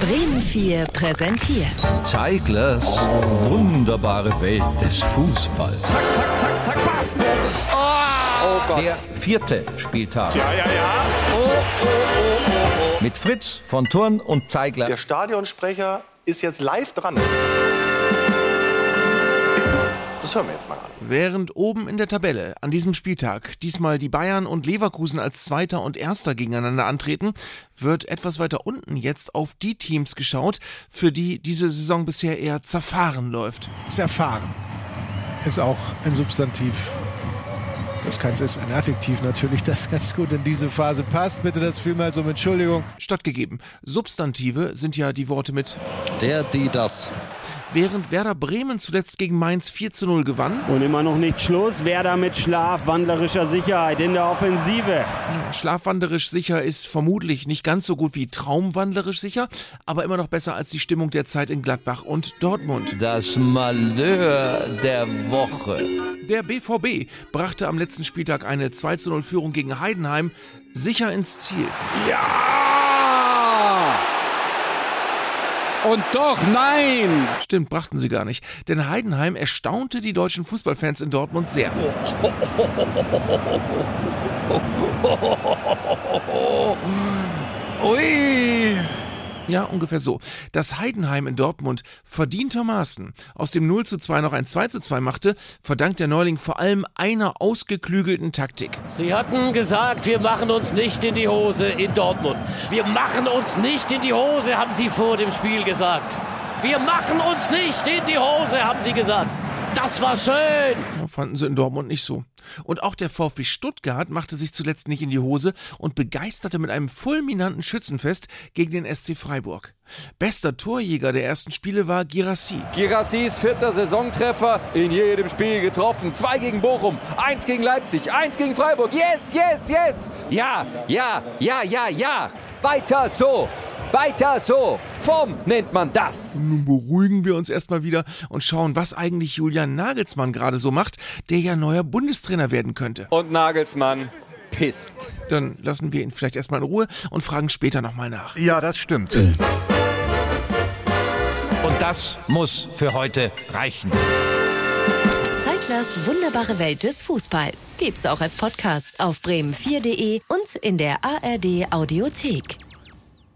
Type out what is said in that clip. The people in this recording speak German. Bremen 4 präsentiert. Zeiglers wunderbare Welt des Fußballs. Zack, zack, zack, zack, baff, Bums. Oh, Gott. Der vierte Spieltag Ja, ja, ja. Oh, oh, oh, oh, mit Fritz von Thurn und oh. Der Zeigler. Stadionsprecher ist jetzt live dran. Das hören wir jetzt mal an. Während oben in der Tabelle an diesem Spieltag diesmal die Bayern und Leverkusen als Zweiter und Erster gegeneinander antreten, wird etwas weiter unten jetzt auf die Teams geschaut, für die diese Saison bisher eher zerfahren läuft. zerfahren. Ist auch ein Substantiv. Das Ganze ist ein Adjektiv natürlich, das ganz gut in diese Phase passt. Bitte das vielmals um Entschuldigung. Stattgegeben. Substantive sind ja die Worte mit Der, die, das. Während Werder Bremen zuletzt gegen Mainz 4 zu 0 gewann, Und immer noch nicht Schluss. Werder mit Schlaf, wandlerischer Sicherheit in der Offensive. Schlafwanderisch sicher ist vermutlich nicht ganz so gut wie Traumwanderisch sicher, aber immer noch besser als die Stimmung der Zeit in Gladbach und Dortmund. Das Malheur der Woche. Der BVB brachte am letzten Spieltag eine 2-0 Führung gegen Heidenheim sicher ins Ziel. Ja! Und doch nein! Stimmt, brachten sie gar nicht, denn Heidenheim erstaunte die deutschen Fußballfans in Dortmund sehr. Ui! Ja, ungefähr so. Dass Heidenheim in Dortmund verdientermaßen aus dem 0 zu 2 noch ein 2 zu 2 machte, verdankt der Neuling vor allem einer ausgeklügelten Taktik. Sie hatten gesagt, wir machen uns nicht in die Hose in Dortmund. Wir machen uns nicht in die Hose, haben sie vor dem Spiel gesagt. Wir machen uns nicht in die Hose, haben sie gesagt. Das war schön. Ja, Fanden sie in Dortmund nicht so. Und auch der VfB Stuttgart machte sich zuletzt nicht in die Hose und begeisterte mit einem fulminanten Schützenfest gegen den SC Freiburg. Bester Torjäger der ersten Spiele war Girassi. Girassis vierter Saisontreffer in jedem Spiel getroffen. Zwei gegen Bochum, eins gegen Leipzig, eins gegen Freiburg. Yes, yes, yes! Ja, ja, ja, ja, ja! Weiter so! Weiter so! Form nennt man das! Nun beruhigen wir uns erstmal wieder und schauen, was eigentlich Julian Nagelsmann gerade so macht, der ja neuer Bundestrainer werden könnte. Und Nagelsmann pisst. Dann lassen wir ihn vielleicht erstmal in Ruhe und fragen später nochmal nach. Ja, das stimmt. Und das muss für heute reichen. Zeiglers wunderbare Welt des Fußballs. Gibt's auch als Podcast auf bremen4.de und in der ARD Audiothek.